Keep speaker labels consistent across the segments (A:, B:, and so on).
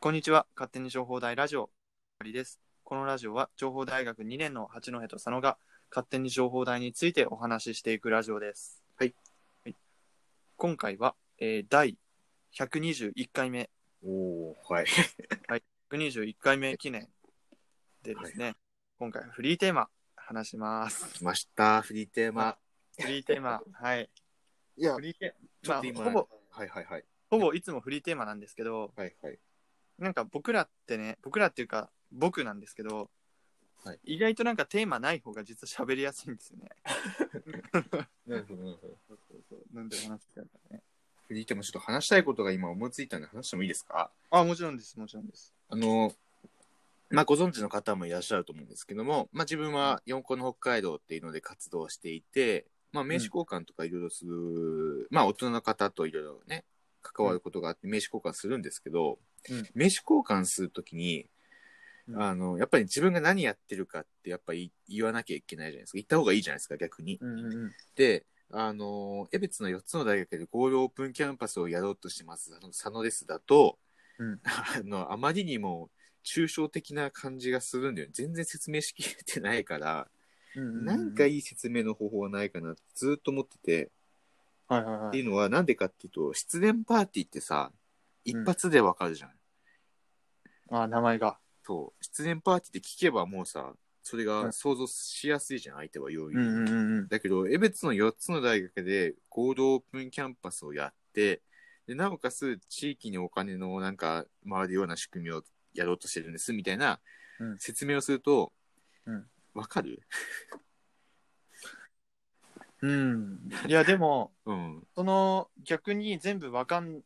A: こんにちは。勝手に情報大ラジオ、ありです。このラジオは、情報大学2年の八戸と佐野が、勝手に情報大についてお話ししていくラジオです。
B: はい。
A: 今回は、えー第121回目、
B: おおはい。
A: 121回目記念でですね、今回はフリーテーマ話します。
B: 来ました、フリーテーマ。
A: フリーテーマ、はい。
B: いや
A: フ、リーテ
B: ち
A: ー
B: ょ
A: マ
B: っと、今、
A: まあ、ほぼ、
B: はいはいはい。
A: ほぼいつもフリーテーマなんですけど、
B: はいはい。
A: なんか僕らってね、僕らっていうか僕なんですけど、
B: はい
A: 意外となんかテーマない方が実は喋りやすいんですよね。
B: なるほどなるほど。
A: なんでお話ししたからね。
B: フリーテーマ、ちょっと話したいことが今思いついたんで話してもいいですか
A: あ、もちろんです、もちろんです。
B: あの、まあ、ご存知の方もいらっしゃると思うんですけども、まあ、自分は四個の北海道っていうので活動していて、まあ、名刺交換とかいろいろする、まあ、大人の方といろいろね、関わることがあって名刺交換するんですけど、
A: うん
B: 名刺交換するときに、
A: うん
B: あの、やっぱり自分が何やってるかって、やっぱり言わなきゃいけないじゃないですか。言った方がいいじゃないですか、逆に。
A: うんうんうん。
B: で、あの、江別の4つの大学でゴールオープンキャンパスをやろうとしてます、あの佐野ですだと、
A: うん
B: あの、あまりにも抽象的な感じがするんだよね。全然説明しきれてないから、なんか
A: はい
B: いい説明の方法はないかなってずっと思ってて、
A: はいは
B: ってい
A: い。
B: うのはなんでかっていうと、失恋パーティーってさ、一発でわかるじゃん。
A: あ、名前が。
B: そう。失恋パーティーって聞けばもうさ、それが想像しやすいじゃん、相手は容易に。
A: うんうん。
B: だけど、江別の4つの大学で合同オープンキャンパスをやって、でなおかつ地域にお金のなんか回るような仕組みをやろうとしてるんですみたいな
A: うん
B: 説明をすると、
A: う
B: わ、
A: ん
B: かる
A: うん。いや、でも、
B: うん。
A: その逆に全部わかん、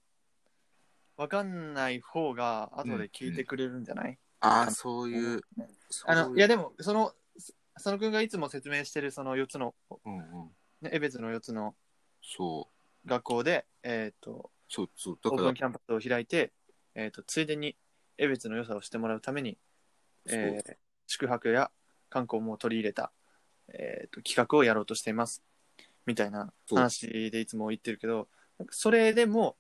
A: わかんない方が後で聞いてくれるんじゃない、
B: あ
A: あ
B: あ、そういう。そう
A: あ
B: いう
A: の、いやでも、その、佐野くんがいつも説明してるその4つの、
B: うんうん。
A: ね、江別の4つの
B: そう。
A: 学校で、えっ、と、
B: そうそう。だ
A: オ
B: か
A: ー
B: ら
A: プン、キャンパスを開いて、えー、とついでに江別の良さを知ってもらうために、えー宿泊や観光も取り入れた、えー、と企画をやろうとしていますみたいな
B: そう
A: 話でいつも言ってるけどなんかそれでも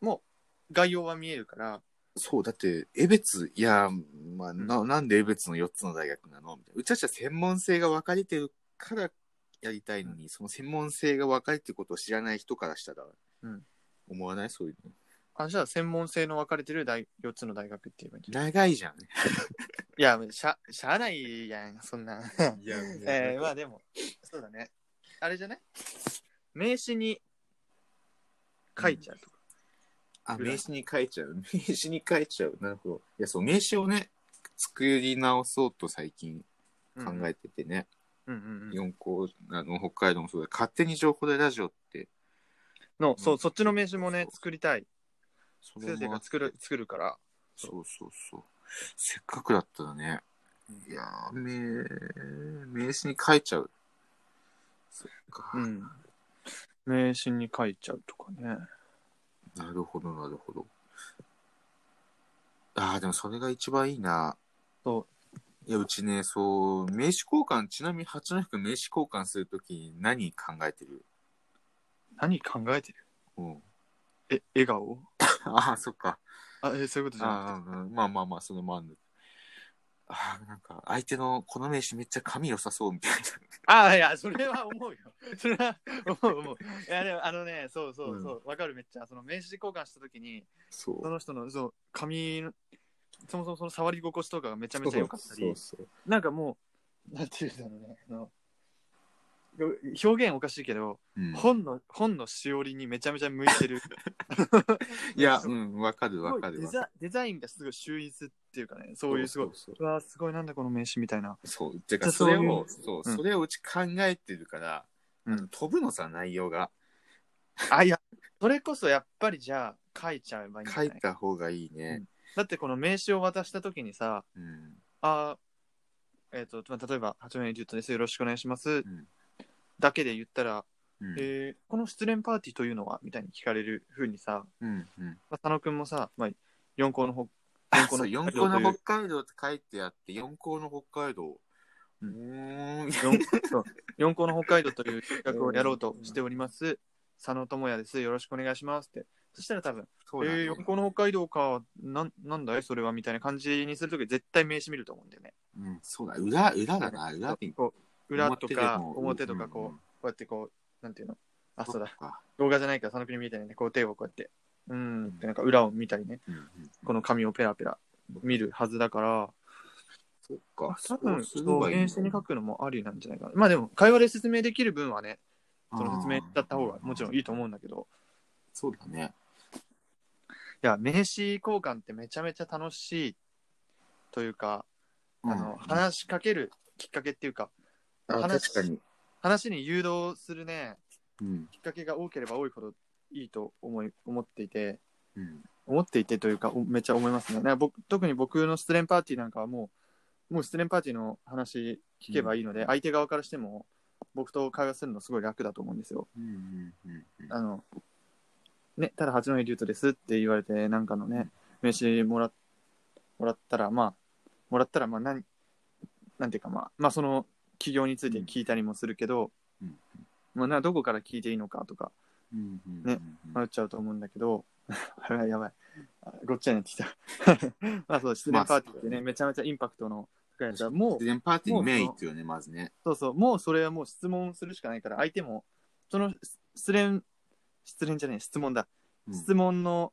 A: もう概要は見えるから
B: そう、だって、江別、いや、まあ、
A: ん
B: ななんで江別の4つの大学なのみたいな。うちたちは専門性が分かれてるからやりたいのに、その専門性が分かれてることを知らない人からしたら、
A: うん
B: 思わないそういうの。
A: あじゃあ専門性の分かれてる大4つの大学って言えばいいんじゃない
B: 長いじゃん。
A: いやしゃしゃあないやんそんな
B: いや、
A: えー、まあでもそうだねあれじゃない名刺に書いちゃうとか、
B: あ、名刺に書いちゃう。名刺に書いちゃう。なるほど。いや、そう、名刺をね、作り直そうと最近考
A: うん
B: えててね。
A: うんうんうん、
B: 四校あの、北海道もそうだ。勝手に情報でラジオって、
A: の、そうう、
B: ん
A: そっちの名刺もね
B: そう、そう
A: 作りたい。
B: それも
A: 先
B: あって
A: 生が作る、作るから。
B: そうそうそう。せっかくだったらね。
A: うん
B: いやー、名、名刺に書いちゃう。そっか。
A: ん。名刺に書いちゃうとかね。
B: なるほど、なるほど。ああ、でもそれが一番いいな。。
A: そう
B: いや、うちね、そう、名刺交換、ちなみに八戸君名刺交換するとき何考えてる
A: 何考えてる
B: うん。
A: え、笑顔
B: ああ、そっか。
A: あ、え、そういうことじゃなくて。
B: あーうんまあまあまあ、そのまああー、なんか、相手のこの名刺めっちゃ髪良さそうみたいな。
A: ああ、いや、それは思うよ。 それは思う思う。いや、でも、あのね、そうそうそう、わかるめっちゃ。その名刺交換したときに、
B: そう
A: その人の、そう、髪の、そもそもその触り心地とかがめちゃめちゃ良かった
B: そ
A: り
B: う、そう。
A: なんかもう、なんていうんだろうね、あの、表現おかしいけど、
B: うん
A: 本の本のしおりにめちゃめちゃ向いてる
B: いや、
A: す
B: う
A: ごい
B: ん、わかるわかる
A: デ
B: わかる。
A: ザデザインがすごい秀逸っていうかねそういうすごい
B: そうそう
A: うわーすごいなんだこの名刺みたいな
B: そう。そうて
A: じゃ
B: か、
A: あそ
B: そう
A: い
B: れ
A: う
B: を、そう、
A: うん
B: それをうち考えてるから、
A: うん
B: あの飛ぶのさ、内容が。
A: あいやそれこそやっぱりじゃあ書いちゃえばいいんじゃ
B: 書
A: ない
B: いた方がいいね。
A: だってこの名刺を渡した時にさ
B: うん。
A: あーえっ、と、まあ、例えば「八戸にュートですよろしくお願いします」
B: ん
A: だけで言ったら、
B: うん。
A: えーこの失恋パーティーというのは?」みたいに聞かれるふうにさ、
B: うん。うん。
A: まあ、佐野くんもさ、まあ、4校のほ
B: あ、
A: 四校
B: そう、
A: の
B: 4校の北海道って書いてあって、4校の北海道。う
A: うん
B: ーん。
A: 四そう四校の北海道という企画をやろうとしております。佐野智也です。よろしくお願いしますって。 そしたら多分、
B: そ
A: え
B: うだね
A: ー、横の北海道か、なんなんだいそれはみたいな感じにするとき絶対名刺見ると思うんだよね。
B: うん、そうだ、裏、裏だな、裏って。
A: こう裏と
B: で
A: か
B: も
A: 表とかこう、
B: ん
A: こうやってこう、なんていうのあ、そうだ。
B: か
A: 動画じゃないからその国見えてないんで、こう手をこうやって、うーんってなんか裏を見たりね、
B: うんうん
A: この紙をペラペラ見るはずだから、
B: そっか。
A: 多分、そ
B: そ
A: う
B: すれ
A: う、
B: ばいいん
A: 原
B: だ
A: 紙に書くのもありなんじゃないかな。まあでも、会話で説明できる分はね、その説明だった方がもちろんいいと
B: う。
A: 思うんだけど、
B: そうだね。
A: いや、名刺交換ってめちゃめちゃ楽しいというか、あの、
B: うん
A: 話しかけるきっかけっていうか、
B: あ
A: 話
B: 確かに。
A: 話に誘導するね、
B: うん。
A: きっかけが多ければ多いほどいいと思い思っていて、
B: うん。
A: 思っていてというか、おめっちゃ思いますね。なんか僕特に僕の失恋パーティーなんかはもう、もう失恋パーティーの話聞けばいいので、相手側からしても、僕と会話するのすごい楽だと思うんですよ。
B: うん。うん。
A: あの、ね、ただ八戸竜斗ですって言われて、なんかのね、名刺もらもらったら、まあ、もらったら、まあ、なん、なんていうか、まあ、まあ、その企業について聞いたりもするけど、
B: うん
A: まあ、などこから聞いていいのかとか
B: うん。うん。
A: ね迷っちゃうと思うんだけ ど、やばいやばい、あごっちゃになってき た。まあ、そう、失恋パーティーってね、めちゃめちゃインパクトの高いやつはもう
B: 自、然パーティーにメイン行くよね、まずね。
A: そうそう、もうそれはもう質問するしかないから、相手も、その失恋、失恋じゃない、質問だ。
B: うん
A: 質問の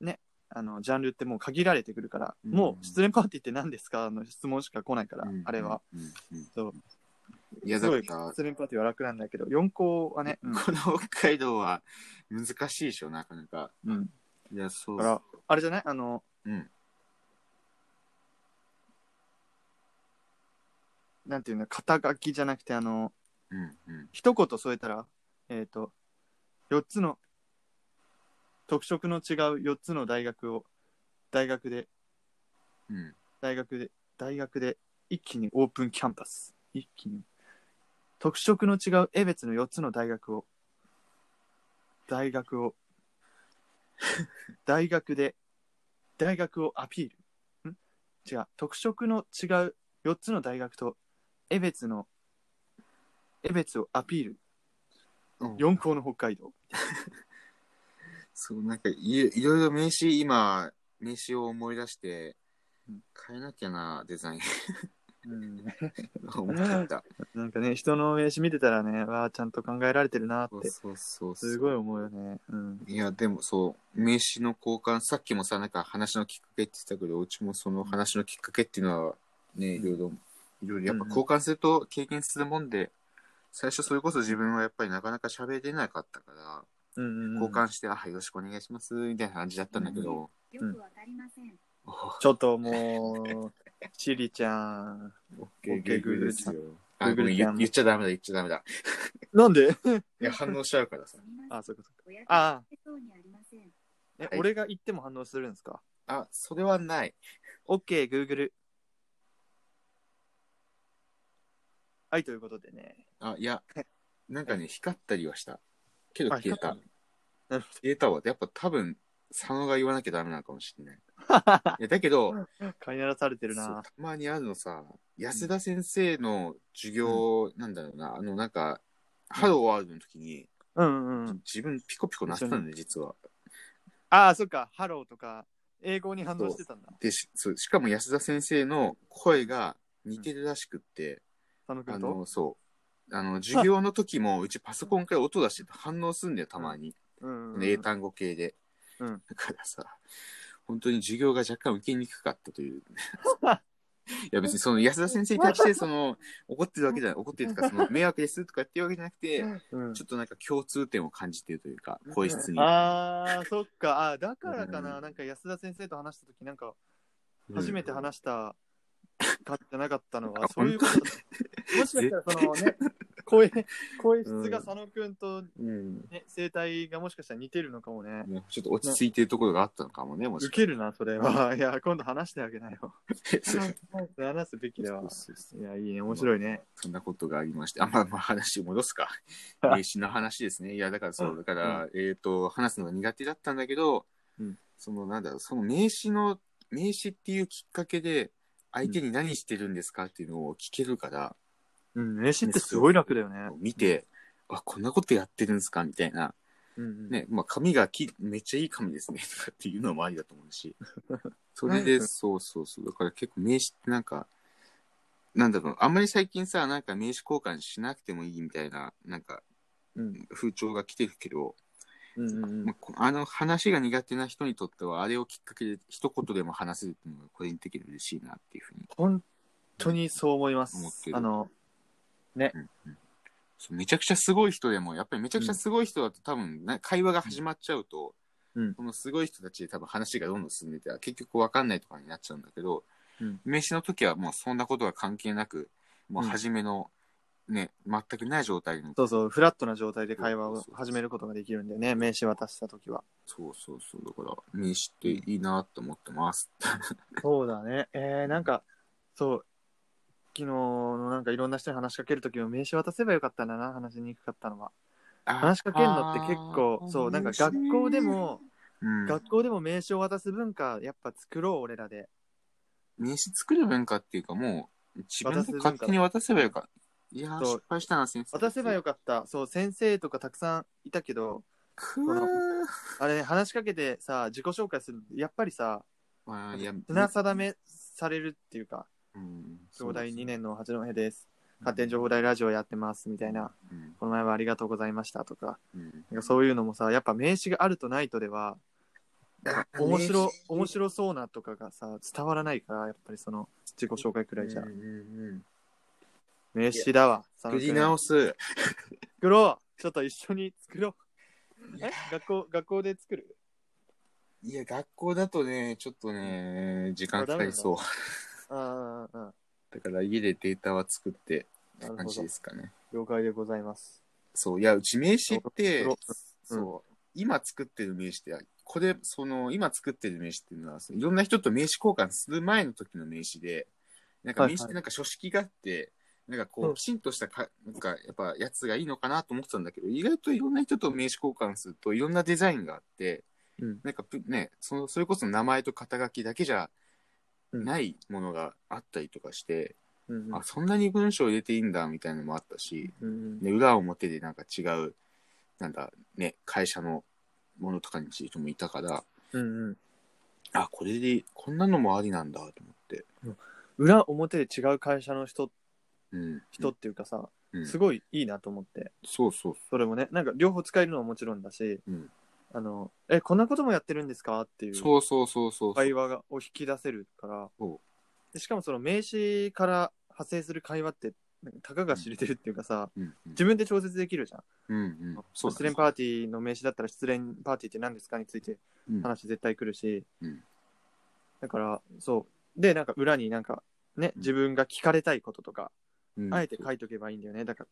A: ね、あの、ジャンルってもう限られてくるから、
B: うん
A: もう失恋パーティーって何ですかの質問しか来ないから、あれは。。
B: うんうんうん
A: そう。
B: いや、
A: す
B: だ
A: ご
B: か
A: い
B: ら、
A: 失恋パーティーは楽なんだけど、4校はね、
B: この北海道は難しいでしょ、なかなか。
A: うん。うん
B: いや、そう
A: だから、あれじゃないあの、
B: うん。
A: なんていうの、肩書きじゃなくて、あの、
B: うん。うん。
A: 一言添えたら、えっ、と、4つの、特色の違う4つの大学を、大学で、
B: うん。
A: 大学で、大学で一気にオープンキャンパス。一気に。特色の違う江別の4つの大学を。大学を。 大学で、大学をアピール。ん違う。特色の違う4つの大学と江別の、江別をアピール。
B: うん
A: 四校の北海道。
B: そう、なんかい、いろいろ名刺、今、名刺を思い出して
A: うん、
B: 変えなきゃな、デザイン。
A: うん、
B: 思った。
A: なんかね、人の名刺見てたらね、わあ、ちゃんと考えられてるなっ
B: そう
A: て、
B: そうそうそう。
A: すごい思うよね。うん。
B: いや、でもそう、名刺の交換、さっきもさ、なんか話のきっかけって言ってたけど、うちもその話のきっかけっていうのは、ね、いろいろ、いろいろやっぱ交換すると経験するもんで、最初それこそ自分はやっぱりなかなか喋れなかったから、
A: うんうんうん
B: 交換して、あ、よろしくお願いします、みたいな感じだったんだけど、
C: よくわかりません。
B: オッ
A: ちょっともう、シリちゃん。
B: ケー、
A: OK Google
B: ですよ。あ、ごめ
A: Google
B: ん、
A: ちゃ
B: 言
A: ん
B: 言っちゃダメだ、言っちゃダメだ。
A: なんで
B: いや、反応しちゃうから
C: す
B: さ。
C: みません。
A: あ、そうかそうか。
C: お役
A: あ
C: 立てそうにありません。
A: え、
B: はい
A: 俺が言っても反応するんですか
B: あ、それはない。
A: ?OK、Google。はい、ということでね。
B: あ、いや、なんかね、光ったりはした。けど
A: あ
B: 消えた
A: 光。たなるほ
B: 消えたわ。やっぱ多分、佐野が言わなきゃダメなのかもし れない。いやだけど、
A: 飼いならされてる
B: そう
A: な
B: た。まにあるのさ、安田先生の授業、なんだろうな、あの、なんか、ハローワールドの時に、
A: うんうんうん。
B: 自分ピコピコなってたんだよ、実は。
A: ああ、そっか。ハローとか、英語に反応してたんだ。
B: でしそうしかも安田先生の声が似てるらしくって、
A: 佐野く
B: あ
A: んと。
B: の、そう。あの、授業の時も、うちパソコンから音出して反応すんだよ、たまに。
A: うんうんうん。
B: 英単語系で。
A: うん
B: だからさ、本当に授業が若干受けにくかった という。いや別にその安田先生に対してその怒ってるわけじゃない、怒ってるとかその迷惑ですとかっていうわけじゃなくて、
A: うん
B: ちょっとなんか共通点を感じてるというか、声質に。
A: ああ、そっか。あーだからか
B: う
A: な。
B: ん
A: なんか安田先生と話したとき、なんか
B: うん
A: 初めて話したかじゃなかったの
B: あ
A: は、そういうことだった。もしかしたら、そのね、声、声質が佐野くんと
B: うん
A: ね、生態がもしかしたら似てるのかもね。
B: ねちょっと落ち着いてるところがあったのかもね、もし
A: ウ
B: かし
A: ケるな、それは。いや、今度話してあげなよ。
B: て。 そうそう
A: 話すべきでは。
B: そうそう
A: いや、いいね、面白いね。
B: そんなことがありまして、あ、まあまあ話戻 すか。名刺の話ですね。いや、だからそうう、
A: ん
B: だから、えっと、話すのが苦手だったんだけど、
A: うん
B: その、なんだろう、その名刺の、名刺っていうきっかけで、相手に何してるんですかっていうのを聞けるから、
A: うん、名刺ってすごい楽だよね。
B: 見て、あ、こんなことやってるんですかみたいな。
A: うんうん
B: ね、まあ、髪がきめっちゃいい髪ですね、 とかっていうのもありだと思うし。 それで、そうそうそう。だから結構名刺ってなんか、なんだろう、あんまり最近さ、なんか名刺交換しなくてもいいみたいな、なんか
A: うん
B: 風潮が来てるけど、
A: うんうんう
B: まあ
A: ん、
B: こあの話が苦手な人にとっては、あれをきっかけで一言でも話せるっていうのが個人的に嬉しいなっていうふうに。
A: 本当にそう思いま
B: 思っ
A: す
B: て。る
A: あの、
B: そうめちゃくちゃすごい人でも、やっぱりめちゃくちゃすごい人だと多分な、会話が始まっちゃうと、
A: うん
B: このすごい人たちで多分話がどんどん進んでて、結局わかんないとかになっちゃうんだけど、
A: うん
B: 飯の時はもうそんなことは関係なく、もう
A: うん
B: 初めの、ね、全くない状態の、
A: そうそう、フラットな状態で会話
B: そう
A: を
B: そうそう
A: 始めることができるんでね、名刺渡したときは。
B: そうそうそう、だから、飯っていいなと思ってます。
A: そうだね。えー、なんか、そう、昨日のなんかいろんな人に話しかけるときも名刺渡せばよかったんだな、話しにくかったのは。 話しかけるのって結構、そう、なんか学校でも、
B: うん、
A: 学校でも名刺を渡す文化、やっぱ作ろう、俺らで。
B: 名刺作る文化っていうかもう自分で勝手に渡せばよかった。いやー
A: そう
B: 失敗したな先生。
A: 渡せばよかった。そう、先生とかたくさんいたけど、
B: くー
A: あれ、話しかけてさ、自己紹介する、やっぱりさ、
B: まあいや
A: 品定めされるっていうか、
B: うん
A: 東大2年の八戸です。発展情報大ラジオやってます、みたいな。。
B: うん
A: この前はありがとうございましたとか、
B: うん
A: なんかそういうのもさ、やっぱ名刺があるとないとでは、面白、面白そうなとかがさ、伝わらないから、やっぱりその、自己紹介くらいじゃ
B: うん。うんうん
A: 名刺だわ。佐
B: 作
A: 野
B: り
A: 君
B: 直す。
A: 作ろうちょっと一緒に作ろう。え学校、学校で作る
B: いや学校だとねちょっとね時間かかりそう。
A: ああ、ああ
B: だから家でデータは作って
A: なる
B: 感
A: ほ
B: じ
A: ど
B: で。すかね。
A: 了解でございます。
B: そういやうち名刺って
A: うんうん
B: そう今作ってる名刺ってこれその今作ってる名刺っていうのはそのいろんな人と名刺交換する前の時の名刺でなんか
A: はいはい
B: 名刺ってなんか書式があって、なんかこ
A: う
B: うんきちんとしたか、なんかやっぱやつがいいのかなと思ってたんだけど意外といろんな人と名刺交換するといろんなデザインがあって、
A: うん
B: なんかぷねそのそれこそ名前と肩書きだけじゃ
A: うん
B: ないものがあったりとかして、
A: うんうん
B: あそんなに文章入れていいんだみたいなのもあったし、
A: うん
B: ね、裏表でなんか違う、なんだ、ね、会社のものとかについてもいたから、
A: うんうん
B: あ、これで、こんなのもありなんだと思って。
A: 裏表で違う会社の人
B: うん。
A: 人っていうかさ、
B: うん、
A: すごいいいなと思って
B: そうそう
A: それもねなんか両方使えるのはもちろんだし、
B: うん
A: あのえこんなこともやってるんですかっていう
B: そう。そうそうそうそう。
A: 会話がを引き出せるから
B: そ
A: でしかもその名詞から派生する会話ってなんかたかが知れてるっていうかさ、
B: うんうん
A: 自分で調節できるじゃん、
B: うんうん。そうだ
A: 失恋パーティーの名詞だったら失恋パーティーって何ですかについて
B: うん
A: 話絶対来るし、
B: うん
A: だからそうでなんか裏になんかね
B: うん
A: 自分が聞かれたいこととか、
B: うん
A: あえて書いとけばいいんだよねだから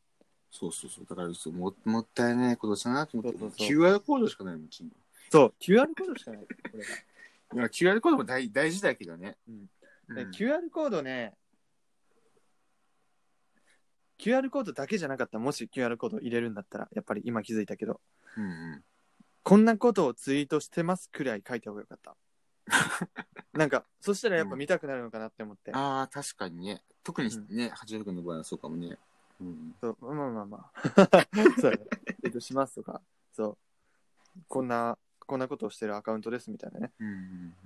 B: そうそうそう。だからそうも、もったいないことしたなと思って、
A: そうそうそ
B: QR コードしかないもん、うちに
A: そう QR コードしかないこれが
B: いや QR コードも大大事だけどね。
A: うん
B: うん。
A: ね QR コードね、QR コードだけじゃなかった、もし QR コード入れるんだったら、やっぱり今気づいたけど、
B: うんうん
A: こんなことをツイートしてますくらい書いた方がよかっ た。なんか、そしたらやっぱ見たくなるのかなって思って。
B: ああ、確かにね。特に
A: う
B: ね、八丈君の場合はそうかもね。うん。
A: そうまあまあま あまあ。そうだねツイートしますとか、そう。こんな、こんなことをしてるアカウントですみたいなね。
B: うんうんう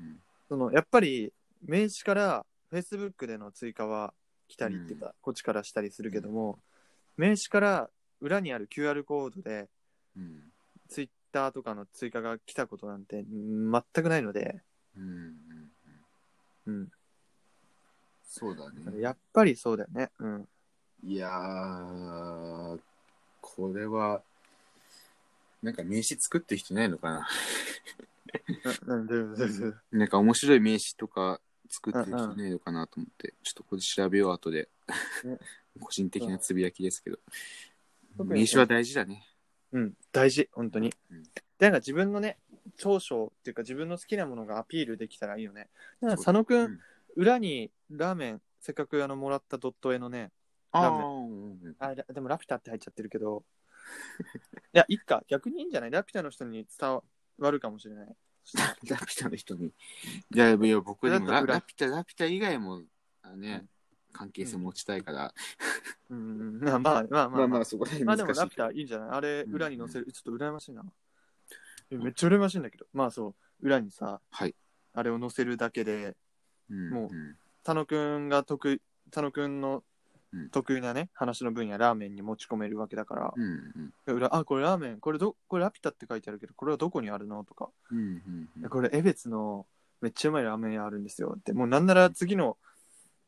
B: ん。
A: そのやっぱり名刺から Facebook での追加は来たりっていうか、こっちからしたりするけども、名刺から裏にある QR コードで
B: うん。
A: Twitter とかの追加が来たことなんてうん全くないので、
B: うんうん。
A: うん、
B: そうだね。
A: やっぱりそうだよね。うん、
B: いやー、これは、なんか名刺作ってる人いないのかな
A: ななんで
B: なんか面白い名刺とか作ってる人いないのかなと思って、ちょっとこれ調べよう、後で
A: ね。
B: 個人的なつぶやきですけど。
A: 特に
B: 名刺は大事だね。
A: うん、大事、本当に。
B: うん
A: でなんか自分のね、長所っていうか自分の好きなものがアピールできたらいいよね。だから佐野くん、
B: うん
A: 裏にラーメン、せっかくあのもらったドット絵のね、
B: あ
A: ラ
B: あ
A: ム、あラでもラピュタって入っちゃってるけど。 いや、いっか。逆にいいんじゃないラピュタの人に伝わるかもしれない。そしたら
B: ラピュタの人に。いや、いや僕でもラ
A: だったら
B: ラピュタ、ラピュタ以外も、あのね、関係性持ちたいから、
A: うんうん、まあまあまあまあ。まあ
B: そこら辺
A: でもラピュ
B: けど
A: タいいんじゃないあれ、裏に載せる。ちょっと羨ましいな。えめっちゃ羨ましいんだけど。まあそう、裏にさ、
B: はい
A: あれを載せるだけで、
B: うん
A: もうん田野くんが得意、田野くんの
B: うん
A: 得意なね、話の分野、ラーメンに持ち込めるわけだから、
B: うんうん
A: 裏あ、これラーメン、これど、これラピュタって書いてあるけど、これはどこにあるのとか、
B: うんうんうん
A: これ、江別のめっちゃうまいラーメン屋あるんですよって、もうなんなら次の、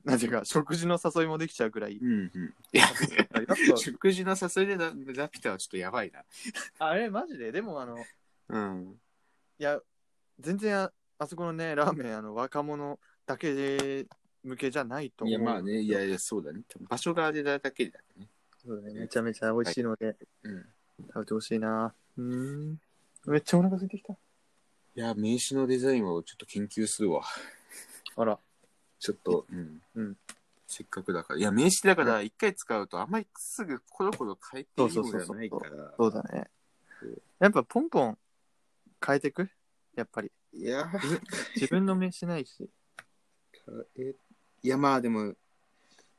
A: なんていうか、食事の誘いもできちゃうくら い。
B: うんうんいや
A: やっぱ
B: 食事の誘いでララピュタはちょっとやばいな。
A: あれ、マジで、でもあの、い
B: うん。
A: や、全然あ、あそこのね、ラーメン、あの、若者だけ向けじゃないと
B: い
A: 思う。
B: や、まあね、いやいや、そうだね。場所があれだけだね。
A: そうだね。めちゃめちゃ美味しいので、
B: うん。
A: 食べてほしいな。うーん。めっちゃお腹空いてきた。
B: いや、名刺のデザインをちょっと研究するわ。
A: あら。
B: ちょっと、うん。
A: うん
B: せっかくだから。いや、名刺だから、一回使うと、あんまりすぐコロコロ変えていいものじゃないから。
A: そうだね
B: うん。
A: やっぱポンポン変えてくやっぱり。
B: いや、
A: 自分の目しないし。
B: えいや、まあでも、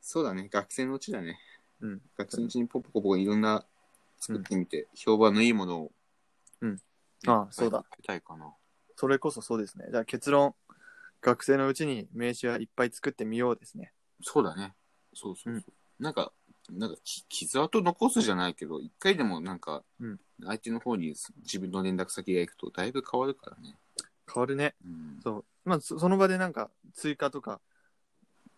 B: そうだね。学生のうちだね。
A: うん。
B: 学生のうちにポポポポいろんな作ってみて、評判のいいものを。
A: うんああそうだ。
B: たいかな。
A: それこそそうですね。じゃあ結論。学生のうちに名刺はいっぱい作ってみようですね。
B: そうだね。そうそうそう。なんか、なんかき、傷跡残すじゃないけど、一回でもなんか、
A: うん
B: 相手の方に自分の連絡先が行くと、だいぶ変わるからね。
A: 変わるね。
B: うん。
A: そう。まあそその場でなんか追加とか。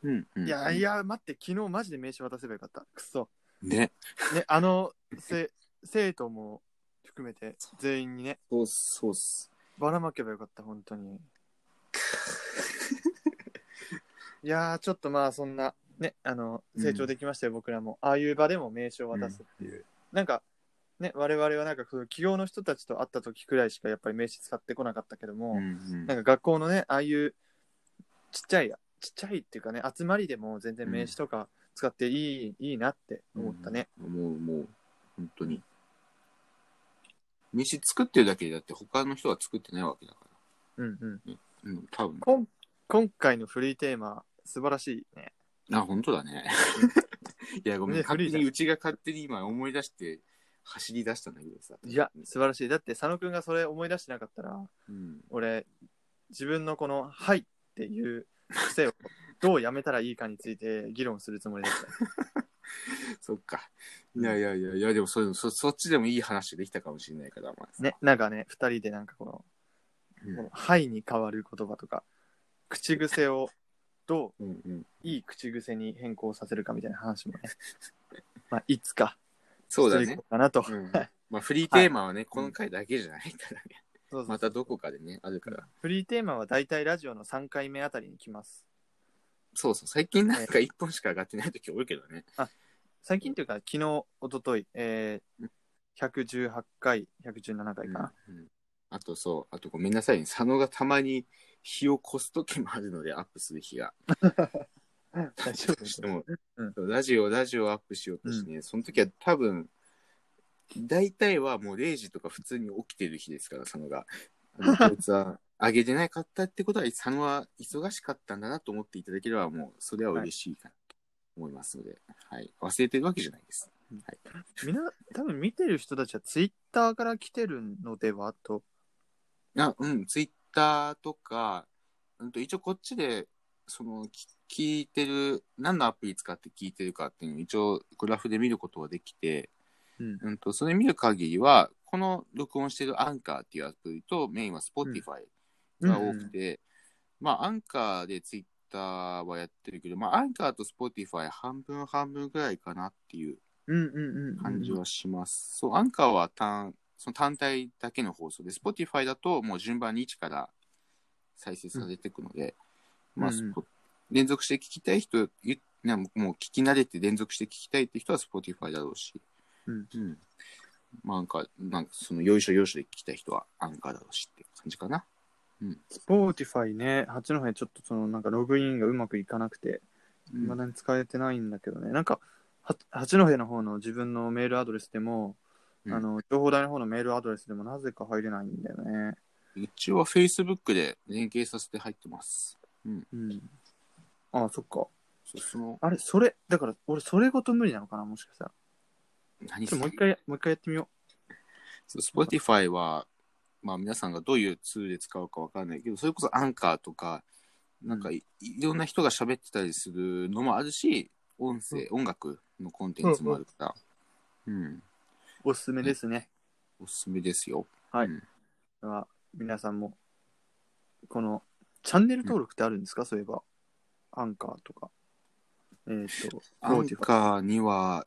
B: うん、うん
A: いやい。や、待って、昨日マジで名刺渡せばよかった。くそ。
B: ね。
A: ね、あの、 せ、生徒も含めて全員にね、
B: そうっすそうっす。
A: ばらまけばよかった、本当に。いやー、ちょっとまあ、そんな、ね、あの、
B: うん
A: 成長できましたよ、僕らも。ああいう場でも名刺を渡すっていう。なんか、ね、我々はなんか、企業の人たちと会った時くらいしかやっぱり名刺使ってこなかったけども、
B: うん、うん
A: なんか学校のね、ああいうちっちゃい、ちっちゃいっていうかね、集まりでも全然名刺とか使っていい、いいなって思ったね。
B: うん。もう、もう、本当に。飯作ってるだけで、だって他の人は作ってないわけだか
A: うんうん。
B: ら。うん、多分。
A: こん今回のフリーテーマ、素晴らしいね。
B: あ、本当だね。 いや、ごめん。
A: ね
B: 勝手
A: 古いじゃ
B: に、
A: ん
B: うちが勝手に今思い出して、走り出したんだけどさ。
A: いや、素晴らしい。だって、佐野くんがそれ思い出してなかったら、
B: うん。
A: 俺、自分のこの、はいっていう癖をどうやめたらいいかについて議論するつもりだっ
B: そっか。いやいやいやいや、でもそそそっちでもいい話できたかもしれないから、ま
A: た。
B: あ
A: ね、なんかね、二人でなんかこの、
B: うん
A: このはいに変わる言葉とか、口癖をど
B: うんうん。
A: ういい口癖に変更させるかみたいな話 もね、まあ、いつか、
B: そうだ
A: してい
B: ね
A: こ。かなと。
B: うん。まあ、フリーテーマはね、この回だけじゃないからね。
A: そうそう
B: またどこかでね、あるから。
A: フリーテーマは大体ラジオの3回目あたりに来ます。
B: そうそう、最近なんか一本しか上がってない時多いけどね。
A: 最近というか、昨日、一昨日えー、118回、117回かな。
B: うんあとそう、あとごめんなさいね、佐野がたまに日を越す時もあるので、アップする日が。
A: 大丈夫
B: どうしても
A: うん
B: ラジオ、ラジオアップしようとしてね、その時は多分、大体はもう0時とか普通に起きてる日ですから、佐野が。あ のこいつは上げてなかったってことは、佐野は忙しかったんだなと思っていただければ、もうそれは嬉しいかなと思いますので、はい、忘れてるわけじゃないです。
A: みんな、多分見てる人たちはツイッターから来てるのではと。
B: あ、うん、ツイッターとか、うんと、一応こっちで、その、き聞いてる、何のアプリ使って聞いてるかっていうのを一応グラフで見ることはできて、
A: うん
B: うんと、それ見る限りは、この録音してるアンカーっていうアプリと、メインは Spotify が多くて、まあ、アンカーでツイッターはやってるけど、まあ、アンカーと Spotify 半分半分ぐらいかなっていう
A: うんうんうん。
B: 感じはします。そう、アンカーは単その単体だけの放送で、Spotify だともう順番に1から再生されていくので、まあ、
A: うんうん
B: スポ連続して聞きたい人、ゆね、もうもう聞き慣れて連続して聞きたいって人は Spotify だろうし、
A: うん
B: まあ、なんか、なんかその、よいしょよいしょで聞きたい人はアンカーだろうしって感じかな。
A: スポーティファイね、八戸ちょっとそのなんかログインがうまくいかなくて、
B: うん
A: まだに使えてないんだけどね。なんか、は八戸の方の自分のメールアドレスでも、
B: うん
A: あの、情報台の方のメールアドレスでもなぜか入れないんだよね。
B: うちは Facebook で連携させて入ってます。
A: うん。ああ、そっか。
B: そその、
A: あれ、それ、だから俺それごと無理なのかな、もしかしたら。
B: 何
A: ちょっともう一
B: そ
A: 回、もう一回やってみよ
B: う Spotify は、まあ皆さんがどういうツールで使うかわからないけど、それこそアンカーとか、なんかい,、ろんな人が喋ってたりするのもあるし、音声、音楽のコンテンツもあるから、うん、
A: おすすめですね。
B: おすすめですよ。
A: はい
B: うん
A: では皆さんも、この、チャンネル登録ってあるんですか、そういえば。アンカーとか。えっ、と、
B: アン
A: Spotify
B: カーには、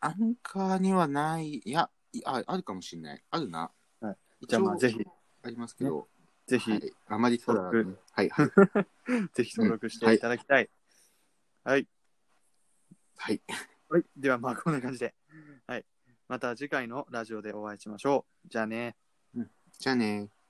B: アンカーにはない、いや、いああるかもしれない。あるな。。
A: はいじゃあ まあ、ぜひ、
B: ありますけど、
A: ぜひ、
B: はい、あまりただ、
A: 登録
B: はい、はい、
A: ぜひ登録していただきたい。はい。
B: はい。
A: はい。では、まあ、こんな感じで。はい。また次回のラジオでお会いしましょう。じゃあね
B: じゃあねー